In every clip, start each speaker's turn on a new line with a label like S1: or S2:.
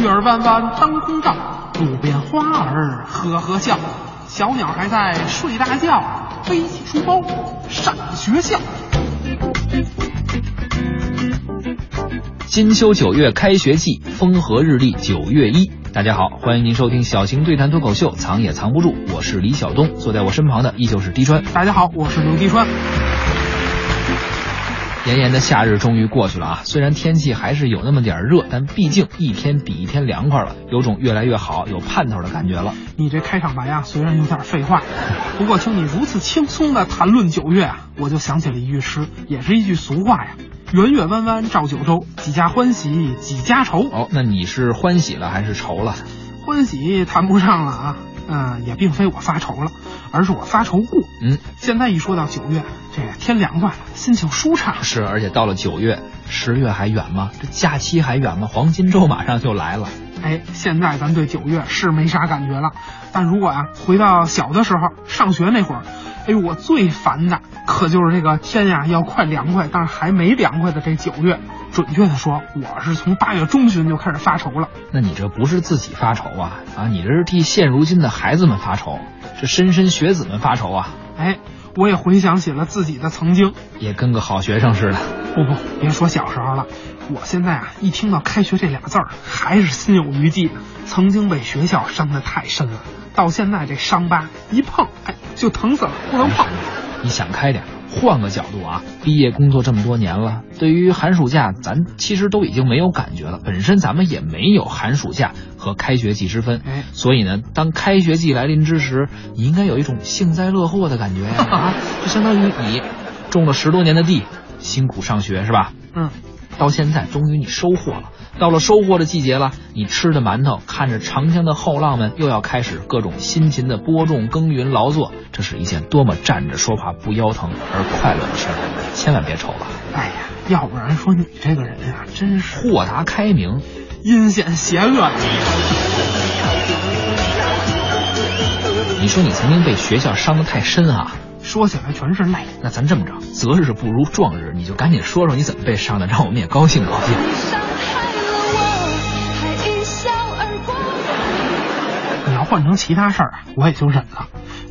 S1: 月儿弯弯当空照，路边花儿呵呵笑，小鸟还在睡大觉，背起书包上学校。
S2: 金秋九月开学季，风和日丽九月一。大家好，欢迎您收听小型对谈脱口秀，藏也藏不住。我是李晓东，坐在我身旁的依旧是滴川。
S1: 大家好，我是刘滴川。
S2: 炎炎的夏日终于过去了啊！虽然天气还是有那么点儿热，但毕竟一天比一天凉快了，有种越来越好、有盼头的感觉了。
S1: 你这开场白啊，虽然有点废话，不过听你如此轻松的谈论九月啊，我就想起了一句诗，也是一句俗话呀：“圆月弯弯照九州，几家欢喜几家愁。
S2: 哦，那你是欢喜了还是愁了？”
S1: 欢喜谈不上了啊，嗯、也并非我发愁了，而是我发愁过。
S2: 嗯，
S1: 现在一说到九月，这个天凉快了，心情舒畅。
S2: 是，而且到了九月、十月还远吗？这假期还远吗？黄金周马上就来了。
S1: 哎，现在咱对九月是没啥感觉了，但如果啊，回到小的时候上学那会儿，哎呦，我最烦的可就是这个天呀、要快凉快，但是还没凉快的这九月。准确的说，我是从八月中旬就开始发愁了。
S2: 那你这不是自己发愁啊啊！你这是替现如今的孩子们发愁，这莘莘学子们发愁啊，
S1: 哎，我也回想起了自己的曾经。
S2: 也跟个好学生似的。
S1: 不不，别说小时候了，我现在啊，一听到开学这俩字儿，还是心有余悸的。曾经被学校伤得太深了，到现在这伤疤一碰，哎，就疼死了，不能碰。
S2: 你想开点，换个角度啊！毕业工作这么多年了，对于寒暑假，咱其实都已经没有感觉了。本身咱们也没有寒暑假和开学季之分，
S1: 哎
S2: 所以呢，当开学季来临之时，你应该有一种幸灾乐祸的感觉呀、啊！就相当于你种了十多年的地，辛苦上学是吧？
S1: 嗯，
S2: 到现在终于你收获了，到了收获的季节了，你吃着馒头，看着长江的后浪们又要开始各种辛勤的播种、耕耘、劳作，这是一件多么站着说话不腰疼而快乐的事儿，千万别愁了。
S1: 哎呀，要不然说你这个人啊，真是
S2: 豁达开明，
S1: 阴险邪恶呀。
S2: 你说你曾经被学校伤得太深啊？
S1: 说起来全是泪。
S2: 那咱这么着，择日不如撞日，你就赶紧说说你怎么被伤的，让我们也高兴高兴。
S3: 你伤害了我，还一笑而过。
S1: 你要换成其他事儿啊，我也就忍了。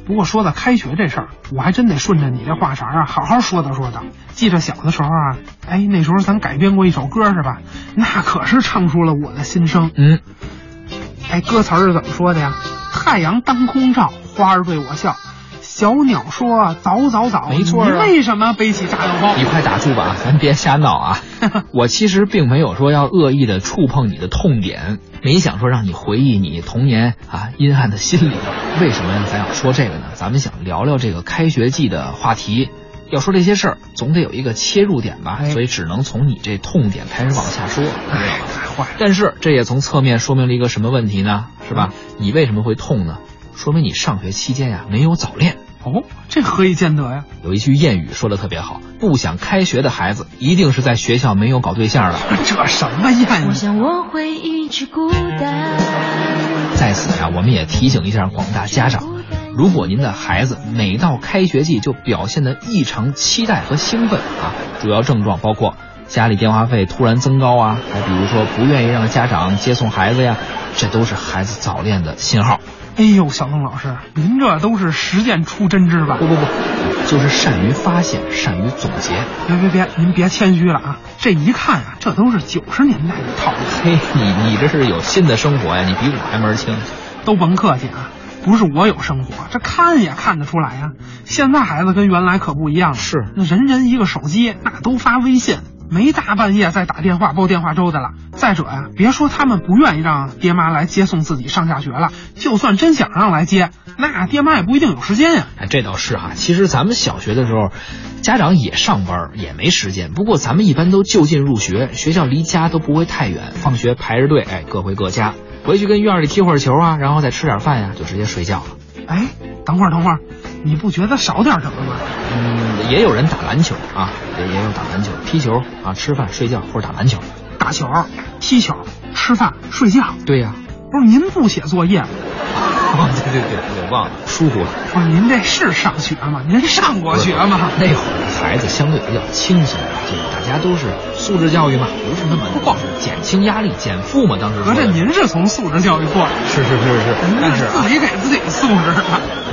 S1: 不过说到开学这事儿，我还真得顺着你这话茬儿啊，好好说道说道。记着小的时候啊，哎，那时候咱改编过一首歌是吧？那可是唱出了我的心声。
S2: 嗯，
S1: 哎，歌词儿是怎么说的呀？太阳当空照，花儿对我笑，小鸟说早早早。
S2: 没错啊
S1: 你为什么背起炸药包？
S2: 你快打住吧，咱别瞎闹啊！我其实并没有说要恶意的触碰你的痛点，没想说让你回忆你童年啊阴暗的心理。为什么咱要说这个呢？咱们想聊聊这个开学季的话题。要说这些事儿，总得有一个切入点吧，
S1: 哎
S2: 所以只能从你这痛点开始往下说，知道
S1: 哎
S2: 吧？，
S1: 太坏了！
S2: 但是这也从侧面说明了一个什么问题呢？是吧？你为什么会痛呢？说明你上学期间呀、没有早恋。
S1: 哦，这何以见得呀？
S2: 有一句谚语说的特别好：不想开学的孩子，一定是在学校没有搞对象的。
S1: 这什么啊谚
S3: 我
S1: 语？
S3: 想我会一直孤单。
S2: 在此呀、我们也提醒一下广大家长，如果您的孩子每到开学季就表现得异常期待和兴奋啊，主要症状包括家里电话费突然增高啊，还比如说不愿意让家长接送孩子呀，这都是孩子早恋的信号。
S1: 哎呦，小东老师，您这都是实践出真知吧
S2: 不？不不，就是善于发现，善于总结。
S1: 别别别，您别谦虚了啊！这一看啊，这都是九十年代的套路，
S2: 嘿，你你这是有新的生活呀，你比我还门儿清。
S1: 都甭客气啊！不是我有生活，这看也看得出来啊！现在孩子跟原来可不一样了，
S2: 是
S1: 那人人一个手机，那都发微信，没大半夜再打电话煲电话粥的了。再者呀、别说他们不愿意让爹妈来接送自己上下学了，就算真想让来接，那爹妈也不一定有时间呀。
S2: 哎，这倒是哈、其实咱们小学的时候，家长也上班儿，也没时间。不过咱们一般都就近入学，学校离家都不会太远，放学排着队，哎，各回各家，回去跟院里踢会儿球啊，然后再吃点饭呀、就直接睡觉了。
S1: 哎，等会儿等会儿，你不觉得少点什么吗？
S2: 嗯，也有人打篮球啊，也也有打篮球、踢球啊，吃饭、睡觉或者打篮球。
S1: 打球、踢球、吃饭、睡觉，
S2: 对呀、
S1: 不是您不写作业吗？
S2: 哦，对对对，我忘了，疏忽了。
S1: 不是您这是上学吗？您上过学吗？
S2: 那会儿的孩子相对比较清醒，这个大家都是素质教育嘛，不啊是那么
S1: 哇
S2: 减轻压力、减负嘛。当时
S1: 合
S2: 说
S1: 着
S2: 的
S1: 您是从素质教育过来的，
S2: 是是是是，
S1: 您
S2: 但
S1: 这
S2: 是啊
S1: 自，己给自己素质了。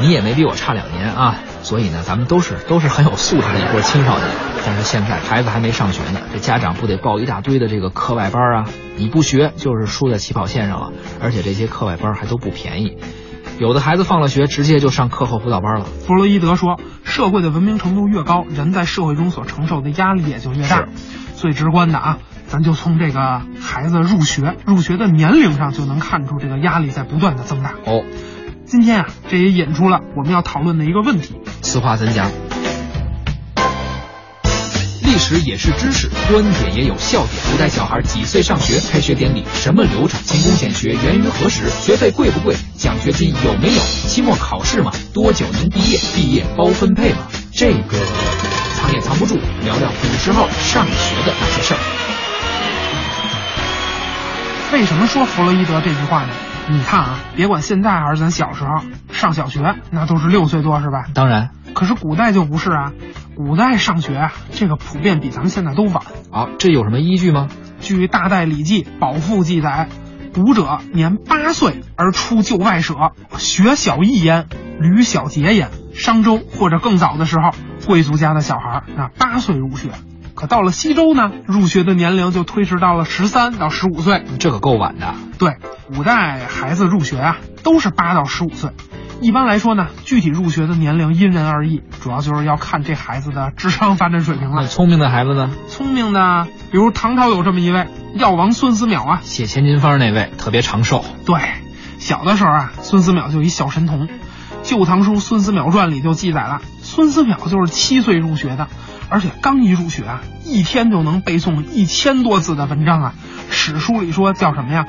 S2: 你也没比我差两年啊，所以呢，咱们都是都是很有素质的一波青少年。但是现在孩子还没上学呢，这家长不得报一大堆的这个课外班啊？你不学就是输在起跑线上了，而且这些课外班还都不便宜。有的孩子放了学，直接就上课后辅导班了。
S1: 弗洛伊德说，社会的文明程度越高，人在社会中所承受的压力也就越大
S2: 是。
S1: 最直观的啊，咱就从这个孩子入学、入学的年龄上就能看出这个压力在不断的增大。
S2: 哦，
S1: 今天啊，这也引出了我们要讨论的一个问题：
S2: 此话怎讲？历史也是知识，观点也有笑点。古代小孩几岁上学？开学典礼什么流程？勤工俭学源于何时？学费贵不贵？奖学金有没有？期末考试吗？多久能毕业？毕业包分配吗？这个藏也藏不住，聊聊古时候上学的那些事儿。
S1: 为什么说弗洛伊德这句话呢？你看啊，别管现在还是咱小时候上小学，那都是六岁多是吧？
S2: 当然
S1: 可是古代就不是啊，古代上学啊，这个普遍比咱们现在都晚。
S2: 啊，这有什么依据吗？
S1: 据《大代礼记·宝赋》记载，读者年八岁而出就外舍，学小艺焉，履小节焉。商周或者更早的时候，贵族家的小孩儿那八岁入学，可到了西周呢，入学的年龄就推迟到了十三到十五岁。
S2: 这可够晚的。
S1: 对，古代孩子入学啊，都是八到十五岁。一般来说呢，具体入学的年龄因人而异，主要就是要看这孩子的智商发展水平
S2: 那
S1: 了。
S2: 聪明的孩子呢？
S1: 聪明的，比如唐朝有这么一位药王孙思邈啊，
S2: 写千金方那位特别长寿。
S1: 对，小的时候啊，孙思邈就一小神童，《旧唐书·孙思邈传》里就记载了，孙思邈就是七岁入学的，而且刚一入学啊，一天就能背诵一千多字的文章啊。史书里说叫什么呀？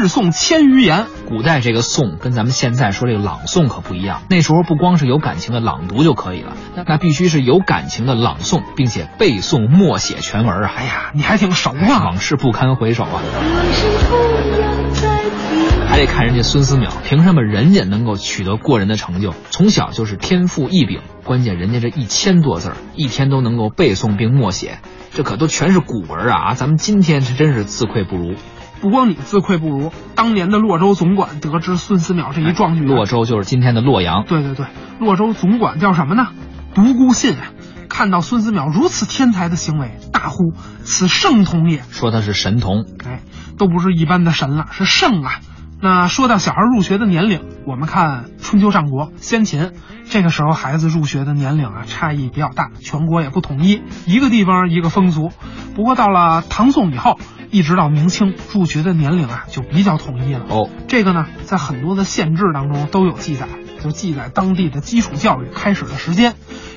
S1: 日诵千余言。
S2: 古代这个诵跟咱们现在说这个朗诵可不一样，那时候不光是有感情的朗读就可以了，那那必须是有感情的朗诵，并且背诵默写全文啊！哎呀，
S1: 你还挺熟啊，
S2: 往事不堪回首啊！
S3: 往事不要再提。
S2: 还得看人家孙思邈，凭什么人家能够取得过人的成就？从小就是天赋异禀，关键人家这一千多字儿，一天都能够背诵并默写，这可都全是古文啊！咱们今天是真是自愧不如。
S1: 不光你自愧不如，当年的洛州总管得知孙思邈这一壮举啊，
S2: 哎洛州就是今天的洛阳，
S1: 对对对，洛州总管叫什么呢？独孤信啊！看到孙思邈如此天才的行为，大呼：“此圣童也！”
S2: 说他是神童，
S1: 哎，都不是一般的神了，是圣啊！那说到小孩入学的年龄，我们看春秋战国、先秦，这个时候孩子入学的年龄啊差异比较大，全国也不统一，一个地方一个风俗。不过到了唐宋以后，一直到明清，入学的年龄啊就比较统一了。
S2: 哦，
S1: 这个呢，在很多的县志当中都有记载，就记载当地的基础教育开始的时间，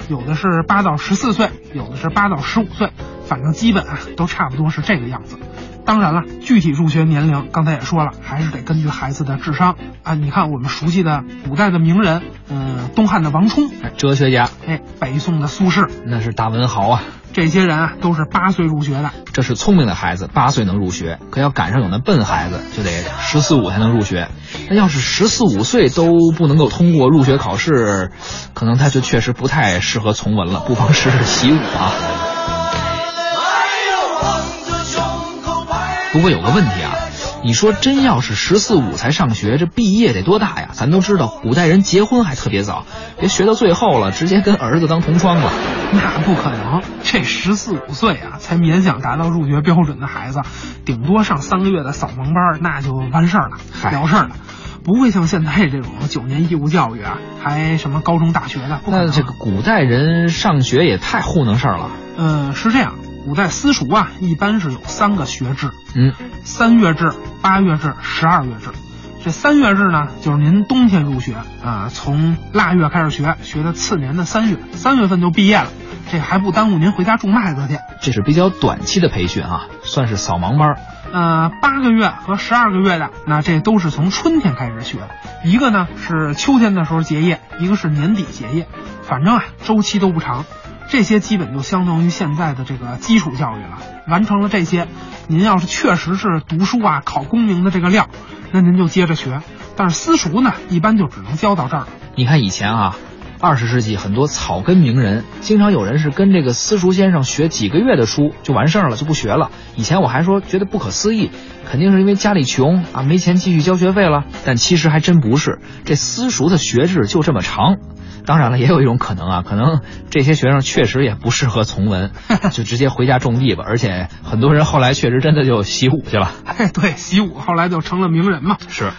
S1: 有的是八到十四岁，有的是八到十五岁，反正基本啊都差不多是这个样子。当然了，具体入学年龄，刚才也说了，还是得根据孩子的智商啊。你看我们熟悉的古代的名人，嗯、东汉的王充，
S2: 哎哲学家
S1: 哎，北宋的苏轼，
S2: 那是大文豪啊。
S1: 这些人啊都是八岁入学的。
S2: 这是聪明的孩子，八岁能入学，可要赶上有那笨孩子，就得十四五才能入学。那要是十四五岁都不能够通过入学考试，可能他就确实不太适合从文了，不妨试试习武啊。不过有个问题啊，你说真要是十四五才上学，这毕业得多大呀？咱都知道古代人结婚还特别早，别学到最后了，直接跟儿子当同窗了。
S1: 那不可能，这十四五岁啊，才勉强达到入学标准的孩子，顶多上三个月的扫盲班，那就完事儿了，
S2: 嗨
S1: 了事儿了，不会像现在这种九年义务教育啊，还什么高中、大学的，不可
S2: 那
S1: 能。
S2: 这个古代人上学也太糊弄事儿了。
S1: 呃，是这样，古代私塾啊，一般是有三个学制，
S2: 嗯，
S1: 三月制、八月制、十二月制。这三月制呢，就是您冬天入学啊、从腊月开始学，学到次年的三月，三月份就毕业了。这还不耽误您回家种麦子去。
S2: 这是比较短期的培训啊，算是扫盲班儿。
S1: 呃，八个月和十二个月的，那这都是从春天开始学的。一个呢是秋天的时候结业，一个是年底结业，反正啊周期都不长。这些基本就相当于现在的这个基础教育了。完成了这些，您要是确实是读书啊、考功名的这个料，那您就接着学。但是私塾呢，一般就只能教到这儿了。
S2: 你看以前啊，二十世纪很多草根名人，经常有人是跟这个私塾先生学几个月的书就完事儿了，就不学了。以前我还说觉得不可思议，肯定是因为家里穷啊，没钱继续交学费了。但其实还真不是，这私塾的学制就这么长。当然了，也有一种可能啊，可能这些学生确实也不适合从文，就直接回家种地吧。而且很多人后来确实真的就习武去了。
S1: 哎，对，习武后来就成了名人嘛。
S2: 是，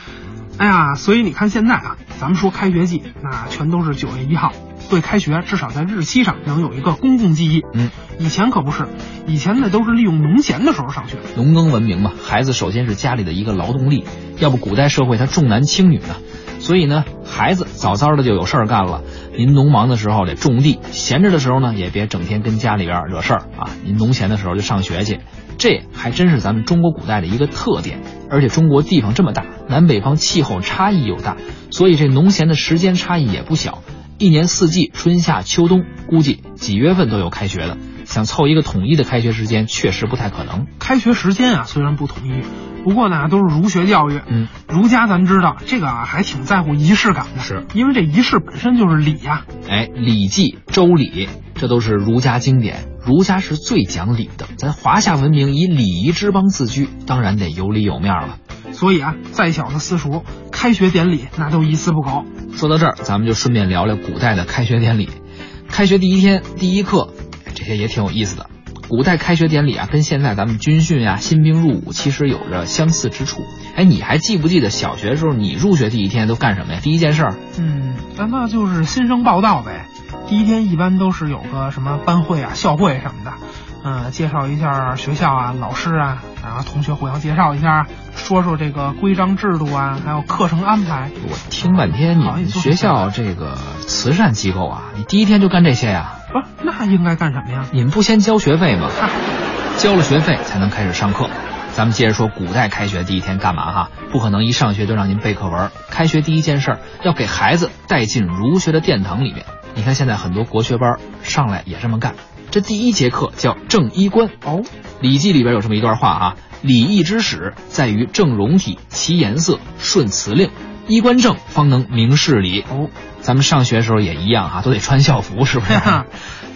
S1: 哎呀，所以你看现在啊，咱们说开学季，那全都是九月一号。对开学，至少在日期上能有一个公共记忆。
S2: 嗯，
S1: 以前可不是，以前那都是利用农闲的时候上学。
S2: 农耕文明嘛，孩子首先是家里的一个劳动力，要不古代社会他重男轻女呢，所以呢，孩子早早的就有事儿干了。您农忙的时候得种地，闲着的时候呢，也别整天跟家里边惹事儿啊。您农闲的时候就上学去，这还真是咱们中国古代的一个特点。而且中国地方这么大，南北方气候差异又大，所以这农闲的时间差异也不小。一年四季，春夏秋冬，估计几月份都有开学的。想凑一个统一的开学时间，确实不太可能。
S1: 开学时间啊，虽然不统一，不过呢都是儒学教育。
S2: 嗯，
S1: 儒家咱们知道这个啊还挺在乎仪式感的，
S2: 是
S1: 因为这仪式本身就是礼呀、
S2: 哎，《礼记》《周礼》，这都是儒家经典。儒家是最讲礼的，咱华夏文明以礼仪之邦自居，当然得有理有面了。
S1: 所以啊，再小的私塾开学典礼那都一丝不苟。
S2: 说到这儿，咱们就顺便聊聊古代的开学典礼。开学第一天第一课，哎这些也挺有意思的。古代开学典礼啊，跟现在咱们军训啊、新兵入伍其实有着相似之处。哎，你还记不记得小学的时候，你入学第一天都干什么呀？第一件事儿，
S1: 嗯，咱那就是新生报道呗。第一天一般都是有个什么班会啊、校会什么的，嗯，介绍一下学校啊、老师啊，然后同学互相介绍一下，说说这个规章制度啊，还有课程安排。
S2: 我听半天你
S1: 好
S2: 们
S1: 你说
S2: 学校这个慈善机构啊，你第一天就干这些呀、
S1: 不是，那应该干什么呀？
S2: 你们不先交学费吗？
S1: 嗨、
S2: 交了学费才能开始上课。咱们接着说，古代开学第一天干嘛哈？不可能一上学就让您背课文。开学第一件事儿要给孩子带进儒学的殿堂里面。你看现在很多国学班儿上来也这么干。这第一节课叫正衣冠哦，《礼记》里边有这么一段话啊：礼义之始，在于正容体，其颜色，顺辞令。衣冠正，方能明事理。哦，咱们上学的时候也一样啊哈、都得穿校服，是不 是？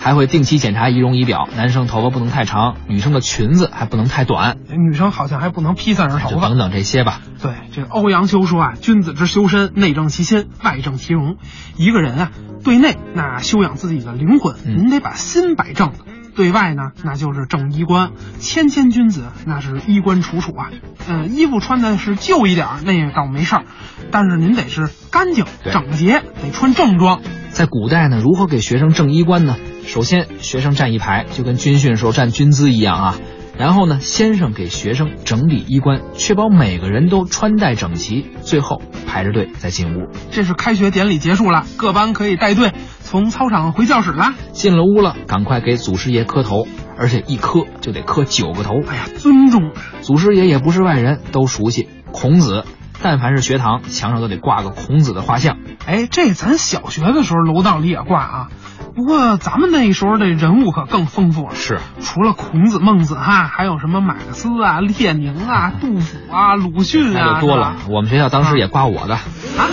S2: 还会定期检查仪容仪表，男生头发不能太长，女生的裙子还不能太短，
S1: 女生好像还不能披散着头
S2: 就
S1: 发。
S2: 等等这些吧。
S1: 对，这欧阳修说啊，君子之修身，内正其心，外正其容。一个人啊，对内那修养自己的灵魂，
S2: 嗯
S1: 您得把心摆正了。对外呢，那就是正衣冠。谦谦君子，那是衣冠楚楚啊。呃，衣服穿的是旧一点儿，那倒没事儿，但是您得是干净
S2: 对
S1: 整洁，得穿正装。
S2: 在古代呢，如何给学生正衣冠呢？首先，学生站一排，就跟军训时候站军姿一样啊。然后呢，先生给学生整理衣冠，确保每个人都穿戴整齐。最后排着队再进屋。
S1: 这是开学典礼结束了，各班可以带队从操场回教室啦。
S2: 进了屋了，赶快给祖师爷磕头，而且一磕就得磕九个头。
S1: 哎呀，尊重啊！
S2: 祖师爷也不是外人，都熟悉孔子。但凡是学堂，墙上都得挂个孔子的画像。
S1: 哎，这咱小学的时候楼道里也挂啊，不过咱们那时候这人物可更丰富了。
S2: 是，
S1: 除了孔子、孟子哈，还有什么马克思啊、列宁啊、杜甫啊、鲁迅
S2: 那
S1: 啊，
S2: 就多了
S1: 是。
S2: 我们学校当时也挂我的，
S1: 吧啊！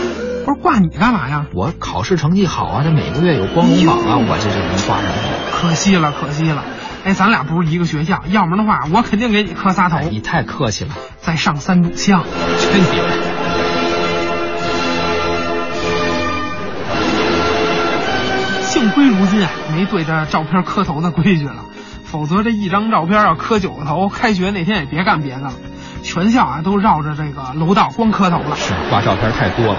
S1: 不是挂你干嘛呀？
S2: 我考试成绩好啊，这每个月有光荣榜啊，我这就能挂上去。
S1: 可惜了，可惜了。哎，咱俩不是一个学校，要不然的话，我肯定给你磕仨头，
S2: 哎你太客气了，
S1: 再上三炷香。
S2: 真别。
S1: 幸亏如今啊，没对着照片磕头的规矩了，否则这一张照片要磕九个头，开学那天也别干别的了。全校啊都绕着这个楼道光磕头了。
S2: 是哎挂照片太多了。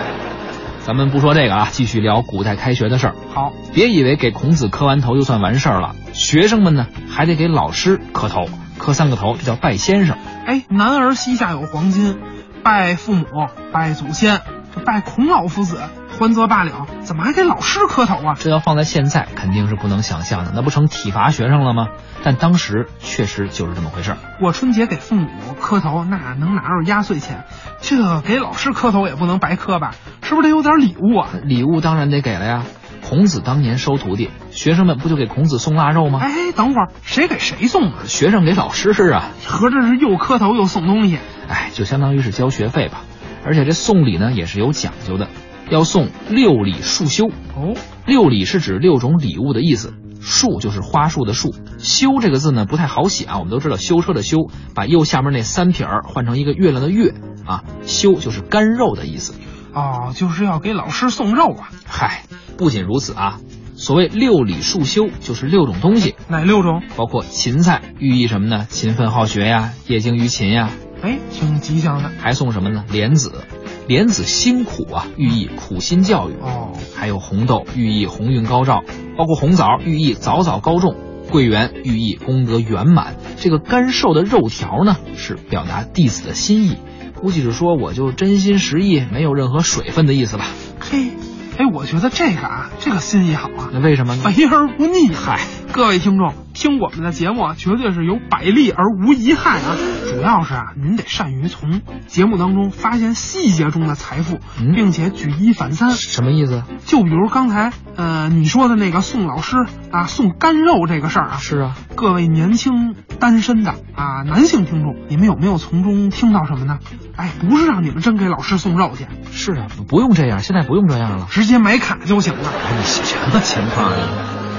S2: 咱们不说这个啊，继续聊古代开学的事儿。
S1: 好，
S2: 别以为给孔子磕完头就算完事儿了，学生们呢还得给老师磕头，磕三个头，这叫拜先生。
S1: 哎，男儿膝下有黄金，拜父母，拜祖先，这拜孔老夫子，还则罢了，怎么还给老师磕头啊？
S2: 这要放在现在，肯定是不能想象的，那不成体罚学生了吗？但当时确实就是这么回事儿。
S1: 过春节给父母磕头，那能拿着压岁钱，这给老师磕头也不能白磕吧？是不是得有点礼物啊？
S2: 礼物当然得给了呀。孔子当年收徒弟，学生们不就给孔子送腊肉吗？
S1: 哎，等会儿谁给谁送啊？
S2: 学生给老师吃啊，
S1: 合着是又磕头又送东西。
S2: 哎，就相当于是交学费吧。而且这送礼呢也是有讲究的，要送六礼束修。
S1: 哦，
S2: 六礼是指六种礼物的意思，束就是花束的束，修这个字呢不太好写啊，我们都知道修车的修，把右下面那三撇儿换成一个月亮的月啊，修就是干肉的意思。
S1: 哦，就是要给老师送肉啊？
S2: 嗨，不仅如此啊，所谓六礼束修就是六种东西，
S1: 哪六种？
S2: 包括芹菜，寓意什么呢？勤奋好学呀，业精于勤呀，
S1: 哎，挺吉祥的。
S2: 还送什么呢？莲子，莲子辛苦啊，寓意苦心教育。
S1: 哦，
S2: 还有红豆，寓意鸿运高照；包括红枣，寓意早早高中；桂圆，寓意功德圆满。这个干瘦的肉条呢，是表达弟子的心意，估计是说我就真心实意，没有任何水分的意思吧？
S1: 嘿，哎，我觉得这个啊，这个心意好啊，
S2: 那为什么呢？
S1: 肥而不腻。
S2: 嗯
S1: 啊
S2: 嗨，
S1: 各位听众，听我们的节目啊，绝对是有百利而无一害啊。主要是啊，您得善于从节目当中发现细节中的财富，
S2: 嗯
S1: 并且举一反三。
S2: 什么意思？
S1: 就比如刚才呃你说的那个送老师啊送干肉这个事儿啊，
S2: 是啊，
S1: 各位年轻单身的啊男性听众，你们有没有从中听到什么呢？哎，不是让你们真给老师送肉去，
S2: 是啊，不用这样，现在不用这样了。
S1: 直接买卡就行了。
S2: 哎，你什么情况啊？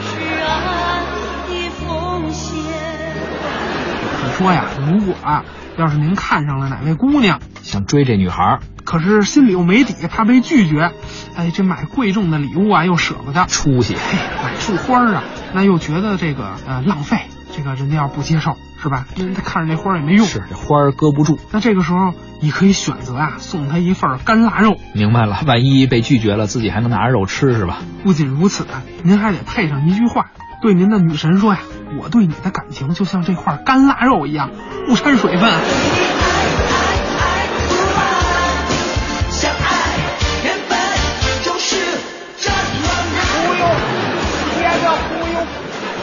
S3: 是爱的奉献。
S1: 你说呀，如果啊要是您看上了哪位姑娘，
S2: 想追这女孩儿，
S1: 可是心里又没底，怕被拒绝，哎，这买贵重的礼物啊又舍不得，
S2: 出息。
S1: 哎，买束花儿啊，那又觉得这个呃浪费，这个人家要不接受是吧？因为他看着这花儿也没用。
S2: 是这花儿搁不住，
S1: 那这个时候，你可以选择啊，送他一份儿干腊肉。
S2: 明白了。 万一被拒绝了，自己还能拿着肉吃是吧？
S1: 不仅如此，您还得配上一句话，对您的女神说呀：“我对你的感情就像这块干腊肉一样，不掺水分。”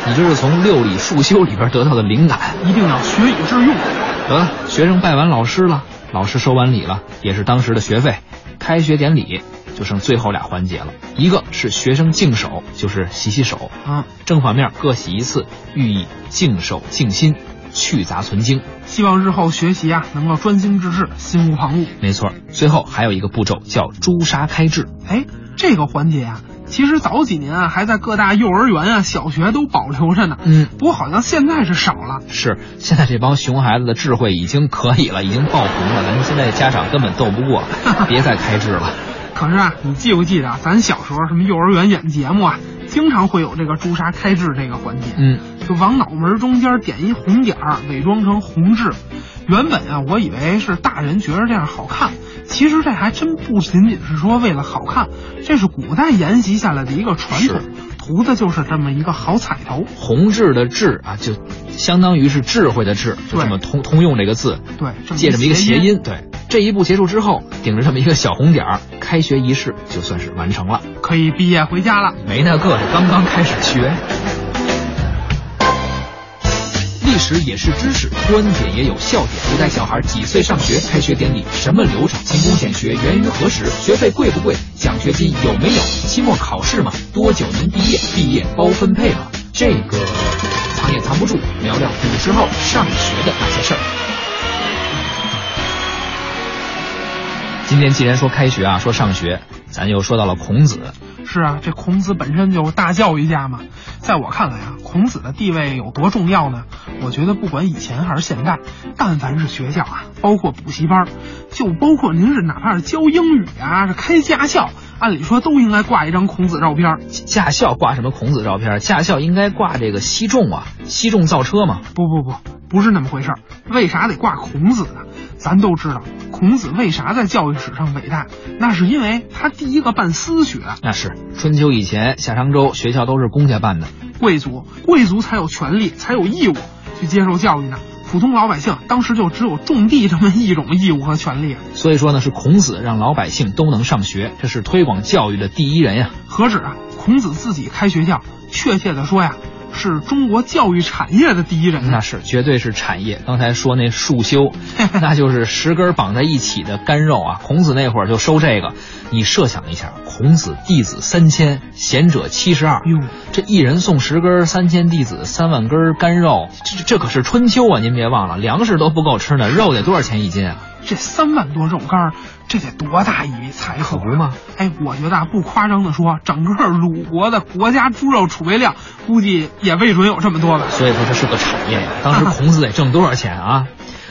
S2: 你这是从六礼束修里边得到的灵感。
S1: 一定要学以致用。
S2: 得了，学生拜完老师了，老师收完礼了，也是当时的学费。开学典礼就剩最后俩环节了，一个是学生净手，就是洗洗手，
S1: 啊，
S2: 正反面各洗一次，寓意净手净心，去杂存精。
S1: 希望日后学习啊，能够专心致志，心无旁骛。
S2: 没错，最后还有一个步骤叫朱砂开制。
S1: 哎，这个环节啊，其实早几年啊，还在各大幼儿园啊、小学都保留着呢。
S2: 嗯，
S1: 不过好像现在是少了。
S2: 是，现在这帮熊孩子的智慧已经可以了，已经爆棚了，咱们现在家长根本斗不 过，别再开制了。
S1: 可是啊，你记不记得啊咱小时候什么幼儿园演节目啊，经常会有这个朱砂开痣这个环节。
S2: 嗯，
S1: 就往脑门中间点一红点儿，伪装成红痣。原本啊，我以为是大人觉得这样好看，其实这还真不仅仅是说为了好看，这是古代沿袭下来的一个传统
S2: 是，
S1: 图的就是这么一个好彩头。
S2: 弘治的治啊，就相当于是智慧的智，就
S1: 对
S2: 这么通通用这个字，
S1: 对，
S2: 借这么一个谐
S1: 谐。
S2: 音。对，这一步结束之后，顶着这么一个小红点儿，开学仪式就算是完成了。
S1: 可以毕业回家了。
S2: 没那个，刚刚开始学。历史也是知识，观点也有笑点。古代小孩几岁上学？开学典礼什么流程？勤工俭学源于何时？学费贵不贵？奖学金有没有？期末考试吗？多久能毕业？毕业包分配吗？这个藏也藏不住，聊聊古时候上学的那些事儿。今天既然说开学啊，说上学，咱又说到了孔子，
S1: 是啊，这孔子本身就是大教育家嘛。在我看来啊，孔子的地位有多重要呢？我觉得不管以前还是现在，但凡是学校啊，包括补习班，就包括您是哪怕是教英语啊，是开家校，按理说都应该挂一张孔子照片儿。
S2: 驾校挂什么孔子照片？驾校应该挂这个西仲啊，西仲造车嘛。
S1: 不不不，不是那么回事儿。为啥得挂孔子呢？咱都知道，孔子为啥在教育史上伟大，那是因为他第一个办私学。啊
S2: 那是春秋以前，夏商周学校都是公家办的。
S1: 贵族，贵族才有权利，才有义务去接受教育呢。普通老百姓当时就只有种地这么一种义务和权利。
S2: 所以说呢，是孔子让老百姓都能上学，这是推广教育的第一人呀。
S1: 何止啊，孔子自己开学校，确切的说呀，是中国教育产业的第一人
S2: 那
S1: 呐。，
S2: 是绝对是产业。刚才说那束修 那就是十根绑在一起的干肉啊。孔子那会儿就收这个，你设想一下，孔子弟子三千，贤者七十二，
S1: 哟，
S2: 这一人送十根三千弟子，三万根干肉，这这可是春秋啊！您别忘了，粮食都不够吃呢，肉得多少钱一斤啊？
S1: 这三万多肉干儿，这得多大一笔财富
S2: 可不嘛！
S1: 哎，我觉得啊，不夸张的说，整个鲁国的国家猪肉储备量，估计也未准有这么多吧。
S2: 所以说这是个产业呀。当时孔子得挣多少钱啊？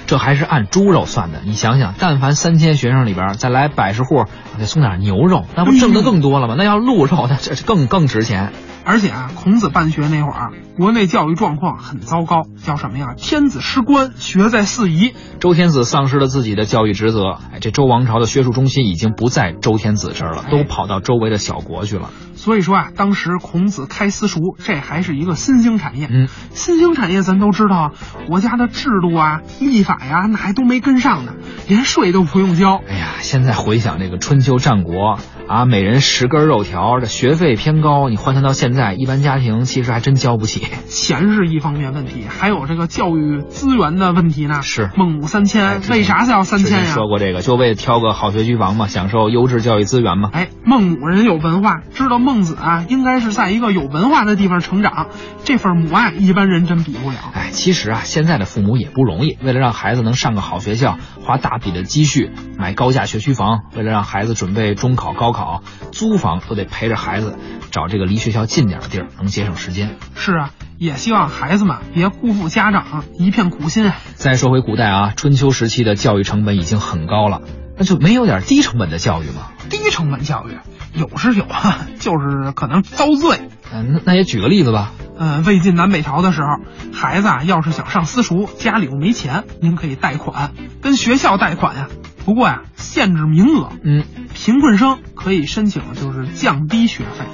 S2: 这还是按猪肉算的，你想想，但凡三千学生里边再来百十户，得送点牛肉，那不挣得更多了吗？那要鹿肉，那这这更更值钱。
S1: 而且啊，孔子办学那会儿啊，国内教育状况很糟糕，叫什么呀？天子失官，学在四夷。
S2: 周天子丧失了自己的教育职责，哎，这周王朝的学术中心已经不在周天子这儿了，都跑到周围的小国去了。
S1: 所以说啊，当时孔子开私塾，这还是一个新兴产业。
S2: 嗯，
S1: 新兴产业咱都知道啊，国家的制度啊、立法呀、那还都没跟上呢，连税都不用交。
S2: 哎呀，现在回想这个春秋战国啊，每人十根肉条，这学费偏高，你换算到现在，一般家庭其实还真交不起。
S1: 钱是一方面问题，还有这个教育资源的问题呢。
S2: 是
S1: 孟母三
S2: 哎
S1: 迁，为啥要三
S2: 之前
S1: 迁呀？
S2: 说过这个，就为挑个好学区房嘛，享受优质教育资源嘛。
S1: 哎，孟母人有文化，知道孟子啊，应该是在一个有文化的地方成长，这份母爱一般人真比不了。
S2: 哎，其实啊，现在的父母也不容易。为了让孩子能上个好学校，花大笔的积蓄买高价学区房；为了让孩子准备中考、高考，租房都得陪着孩子找这个离学校近点的地儿，能节省时间。
S1: 是啊，也希望孩子们别辜负家长一片苦心啊。
S2: 再说回古代啊，春秋时期的教育成本已经很高了，那就没有点低成本的教育吗？
S1: 低成本教育有是有啊， 就是可能遭罪。
S2: 嗯、那那也举个例子吧。
S1: 嗯，魏晋南北朝的时候，孩子啊要是想上私塾，家里又没钱，您可以贷款，跟学校贷款呀、不过呀、限制名额，
S2: 嗯，
S1: 贫困生可以申请就是降低学费，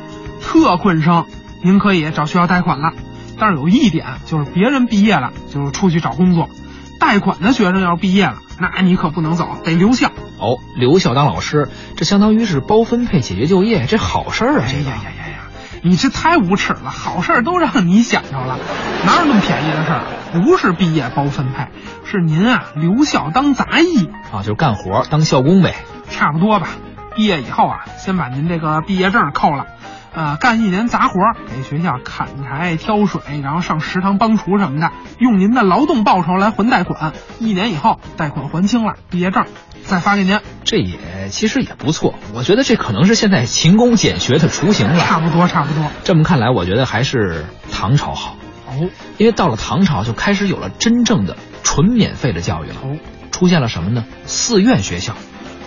S1: 特困生您可以找学校贷款了。但是有一点就是别人毕业了就是出去找工作，贷款的学生要是毕业了，那你可不能走，得留校。
S2: 哦，留校当老师，这相当于是包分配解决就业，这好事儿啊！
S1: 哎
S2: 这个
S1: 呀呀呀呀！你这太无耻了，好事儿都让你想着了，哪有那么便宜的事儿？啊不是毕业包分配，是您啊留校当杂役，
S2: 啊，就是干活儿当校工呗。
S1: 差不多吧。毕业以后啊，先把您这个毕业证扣了，呃，干一年杂活儿，给学校砍柴、挑水，然后上食堂帮厨什么的，用您的劳动报酬来还贷款。一年以后，贷款还清了，毕业证再发给您，
S2: 这也其实也不错，我觉得这可能是现在勤工俭学的雏形
S1: 差
S2: 了。
S1: 不多，差不多。
S2: 这么看来，我觉得还是唐朝好，
S1: 哦
S2: 因为到了唐朝就开始有了真正的纯免费的教育了，
S1: 哦。
S2: 出现了什么呢？寺院学校。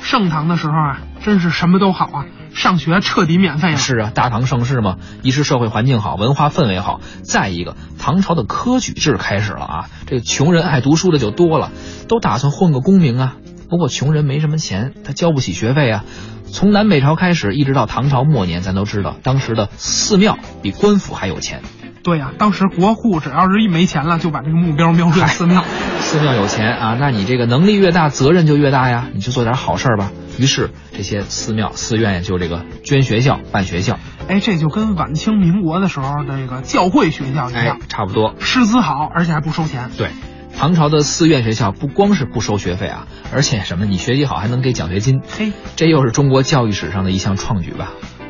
S1: 盛唐的时候啊，真是什么都好啊，上学彻底免费了。
S2: 是啊，大唐盛世嘛，一是社会环境好，文化氛围好，再一个唐朝的科举制开始了啊，这个穷人爱读书的就多了，都打算混个功名啊。不过穷人没什么钱，他交不起学费啊。从南北朝开始，一直到唐朝末年，咱都知道当时的寺庙比官府还有钱，
S1: 对呀、当时国库只要是一没钱了，就把这个目标瞄准寺庙。
S2: 寺庙有钱啊，那你这个能力越大，责任就越大呀，你就做点好事儿吧。于是这些寺庙、寺院就这个捐学校、办学校，
S1: 哎，这就跟晚清民国的时候的这个教会学校一
S2: 哎
S1: 样，，
S2: 差不多。
S1: 师资好，而且还不收钱。
S2: 对，唐朝的寺院学校不光是不收学费啊，而且什么，你学习好还能给奖学金，
S1: 嘿，
S2: 这又是中国教育史上的一项创举吧？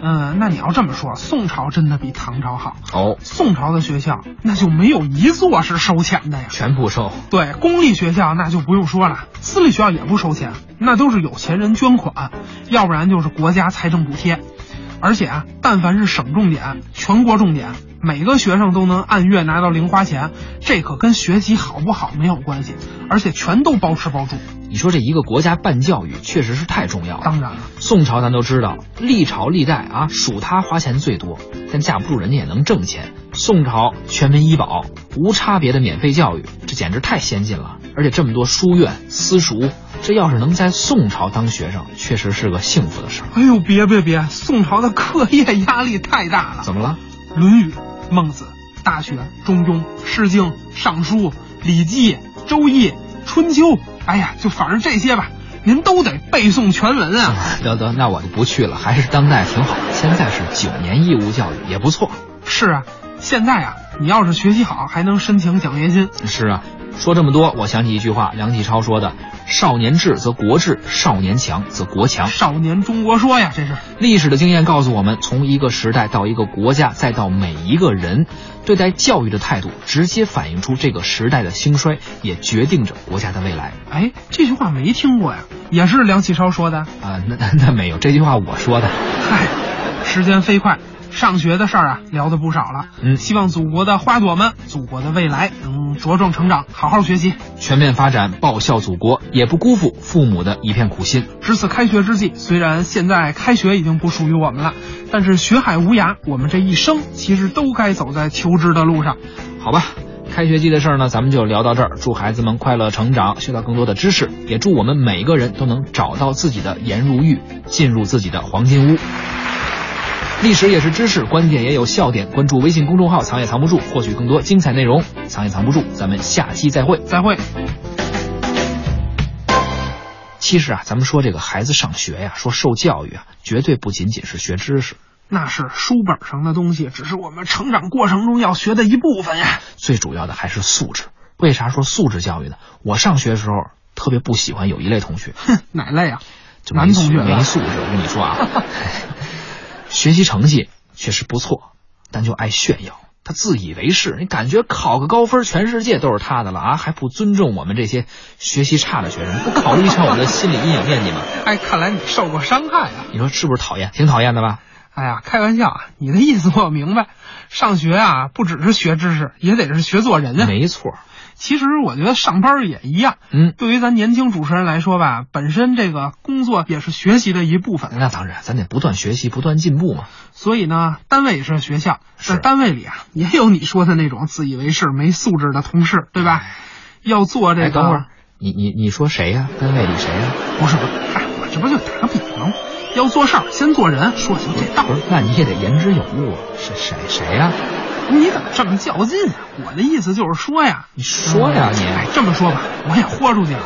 S1: 嗯，那你要这么说，宋朝真的比唐朝好。
S2: 哦，
S1: 宋朝的学校那就没有一座是收钱的呀。
S2: 全不收。
S1: 对，公立学校那就不用说了，私立学校也不收钱，那都是有钱人捐款，要不然就是国家财政补贴。而且啊，但凡是省重点、全国重点，每个学生都能按月拿到零花钱，这可跟学习好不好没有关系，而且全都包吃包住。
S2: 你说这一个国家办教育确实是太重要了。
S1: 当然了，
S2: 宋朝咱都知道，历朝历代啊，数他花钱最多，但架不住人家也能挣钱。宋朝全民医保，无差别的免费教育，这简直太先进了。而且这么多书院、私塾，这要是能在宋朝当学生，确实是个幸福的事儿。
S1: 哎呦，别别别，宋朝的课业压力太大了。
S2: 怎么了？
S1: 《论语》《孟子》《大学》《中庸》《诗经》《尚书》《礼记》《周易》《春秋》，哎呀，就反正这些吧，您都得背诵全文啊。
S2: 得得，那我就不去了，还是当代挺好。现在是九年义务教育，也不错。
S1: 是啊，现在啊，你要是学习好，还能申请奖学金。
S2: 是啊，说这么多，我想起一句话，梁启超说的：“少年智则国智，少年强则国强。”
S1: 少年中国说呀，这是
S2: 历史的经验告诉我们，从一个时代到一个国家，再到每一个人，对待教育的态度，直接反映出这个时代的兴衰，也决定着国家的未来。
S1: 哎，这句话没听过呀，也是梁启超说的。
S2: 啊、那那那没有，这句话我说的。
S1: 嗨，时间飞快，上学的事儿啊聊的不少了。
S2: 嗯
S1: 希望祖国的花朵们，祖国的未来能茁壮成长，好好学习。
S2: 全面发展，报效祖国，也不辜负父母的一片苦心。
S1: 值此开学之际，虽然现在开学已经不属于我们了，但是学海无涯，我们这一生其实都该走在求知的路上。
S2: 好吧，开学季的事儿呢，咱们就聊到这儿。祝孩子们快乐成长，学到更多的知识，也祝我们每个人都能找到自己的颜如玉，进入自己的黄金屋。历史也是知识，观点也有笑点。关注微信公众号“藏也藏不住”，获取更多精彩内容。藏也藏不住，咱们下期再会。
S1: 再会。
S2: 其实啊，咱们说这个孩子上学呀、说受教育啊，绝对不仅仅是学知识，
S1: 那是书本上的东西，只是我们成长过程中要学的一部分呀。
S2: 最主要的还是素质。为啥说素质教育呢？我上学的时候特别不喜欢有一类同学，
S1: 哼，哪类啊？
S2: 就没
S1: 男同学
S2: 没素质。我跟你 说啊，学习成绩确实不错，但就爱炫耀，他自以为是。你感觉考个高分，全世界都是他的了啊，还不尊重我们这些学习差的学生，不考虑一下我们的心理阴影面积吗？
S1: 哎，看来你受过伤害啊！
S2: 你说是不是讨厌？挺讨厌的吧？
S1: 哎呀，开玩笑啊！你的意思我明白，上学啊，不只是学知识，也得是学做人啊。
S2: 没错，
S1: 其实我觉得上班儿也一样。
S2: 嗯，
S1: 对于咱年轻主持人来说吧，本身这个工作也是学习的一部分，
S2: 那当然，咱得不断学习，不断进步嘛。
S1: 所以呢，单位也是学校，
S2: 是
S1: 在单位里啊，也有你说的那种自以为是、没素质的同事，对吧？要做这个，
S2: 哎，等会儿，你你你说谁呀、单位里谁呀、
S1: 不是不是，哎，我这不就打个比方吗？要做事儿，先做人，说清这道
S2: 不
S1: 理。
S2: 是，那你也得言之有物啊。是谁谁呀、
S1: 你怎么这么较劲啊？我的意思就是说呀，
S2: 你说呀你
S1: 哎，这么说吧，我也豁出去了，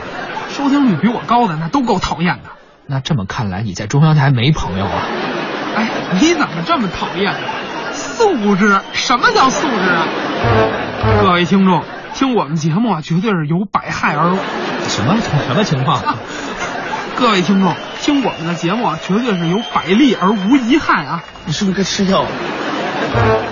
S1: 收听率比我高的那都够讨厌的。
S2: 那这么看来，你在中央台没朋友啊？
S1: 哎，你怎么这么讨厌呢？素质？什么叫素质啊？各位听众，听我们节目啊，绝对是有百害而无。
S2: 什么什么情 况？
S1: 各位听众，听我们的节目啊，绝对是有百利而无一害啊。
S4: 你是不是该吃药了？